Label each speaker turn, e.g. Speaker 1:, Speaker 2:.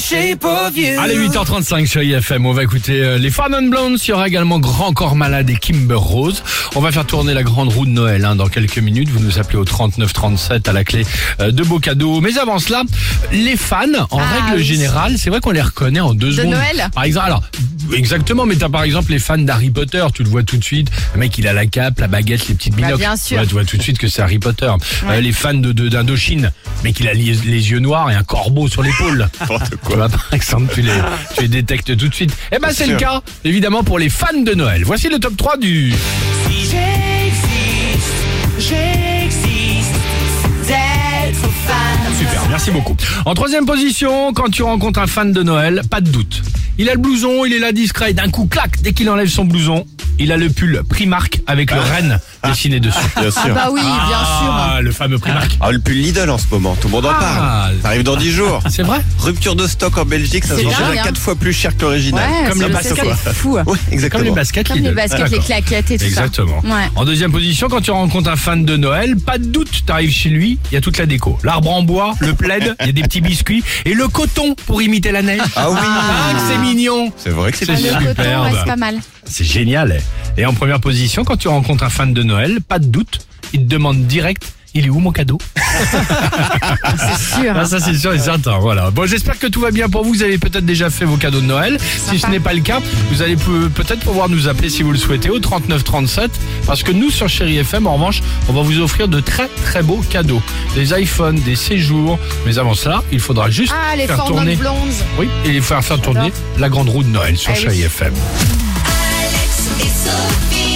Speaker 1: shape of you.
Speaker 2: Allez, 8h35 sur IFM, on va écouter euh, les Fun and Blondes. Il y aura également Grand Corps Malade et Kimber Rose. On va faire tourner la grande roue de Noël hein, dans quelques minutes. Vous nous appelez au 3937 à la clé euh, de beaux cadeaux. Mais avant cela, les fans, en
Speaker 3: Ah,
Speaker 2: règle
Speaker 3: oui.
Speaker 2: générale, c'est vrai qu'on les reconnaît en deux
Speaker 3: De
Speaker 2: secondes.
Speaker 3: Noël
Speaker 2: Par exemple, alors, exactement, mais t'as par exemple les fans d'Harry Potter, tu le vois tout de suite. Le mec, il a la cape, la baguette, les petites
Speaker 3: Bah,
Speaker 2: binocles.
Speaker 3: bien sûr.
Speaker 2: Ouais, tu vois tout de suite que c'est Harry Potter. Euh, les fans de de- d'Indochine, mais qu'il a les, les yeux noirs et un corbeau sur l'épaule. Tu vois, par exemple, tu les, tu les détectes tout de suite. Eh ben, c'est le cas, évidemment, pour les fans de Noël. Voici le top 3 du...
Speaker 1: J'existe, j'existe.
Speaker 3: D'être fan.
Speaker 2: Super, merci beaucoup. En troisième position, quand tu rencontres un fan de Noël, pas de doute. Il a le blouson, il est là discret, et d'un coup, clac, dès qu'il enlève son blouson, il a le pull Primark avec le renne dessiné dessus.
Speaker 4: Bien sûr.
Speaker 3: Bah oui, bien sûr.
Speaker 2: Ah, le fameux Primark.
Speaker 4: Ah, le pull Lidl en ce moment, tout le monde en
Speaker 2: Ah.
Speaker 4: parle. Ça arrive dans 10 jours.
Speaker 2: C'est vrai
Speaker 4: Rupture de stock en Belgique, ça se
Speaker 3: C'est
Speaker 4: vend déjà
Speaker 3: dingue, hein.
Speaker 4: 4 fois plus cher que l'original.
Speaker 3: Ouais,
Speaker 2: Comme
Speaker 3: c'est
Speaker 2: les
Speaker 3: le
Speaker 2: baskets,
Speaker 3: secret, c'est fou. hein.
Speaker 4: Oui, exactement.
Speaker 2: Comme les baskets.
Speaker 3: Comme les
Speaker 2: Lidl.
Speaker 3: baskets, les
Speaker 2: D'accord.
Speaker 3: claquettes et tout ça.
Speaker 2: Exactement.
Speaker 3: Ouais.
Speaker 2: En deuxième position, quand tu rencontres un fan de Noël, pas de doute, t'arrives chez lui, il y a toute la déco. L'arbre en bois, le plaid, il y a des petits biscuits et le coton pour imiter la neige.
Speaker 4: Ah oui.
Speaker 2: Ah, que c'est mignon
Speaker 4: C'est vrai que c'est
Speaker 2: C'est bah.
Speaker 3: Ah,
Speaker 4: plus
Speaker 2: sûr.
Speaker 3: le
Speaker 4: cher.
Speaker 3: coton,
Speaker 2: Superbe.
Speaker 3: ouais, c'est pas mal.
Speaker 2: C'est génial. eh. Et en première position, quand tu rencontres un fan de Noël, pas de doute, il te demande direct. Il est où mon cadeau
Speaker 3: C'est sûr.
Speaker 2: Ah, Ça c'est sûr et certain. Voilà. Bon, j'espère que tout va bien pour vous. Vous avez peut-être déjà fait vos cadeaux de Noël. Si ce
Speaker 3: Sympa.
Speaker 2: n'est pas le cas, vous allez peu- peut-être pouvoir nous appeler si vous le souhaitez au 39 37 parce que nous sur Chéri FM, en revanche, on va vous offrir de très très beaux cadeaux, des iPhones, des séjours. Mais avant cela, il faudra juste
Speaker 3: Ah, les
Speaker 2: faire
Speaker 3: formes
Speaker 2: tourner.
Speaker 3: blondes.
Speaker 2: Oui, et
Speaker 3: Eh
Speaker 2: les faire faire tourner la grande roue de Noël sur
Speaker 3: Ah oui.
Speaker 2: Chéri FM.
Speaker 5: Alex et Sophie.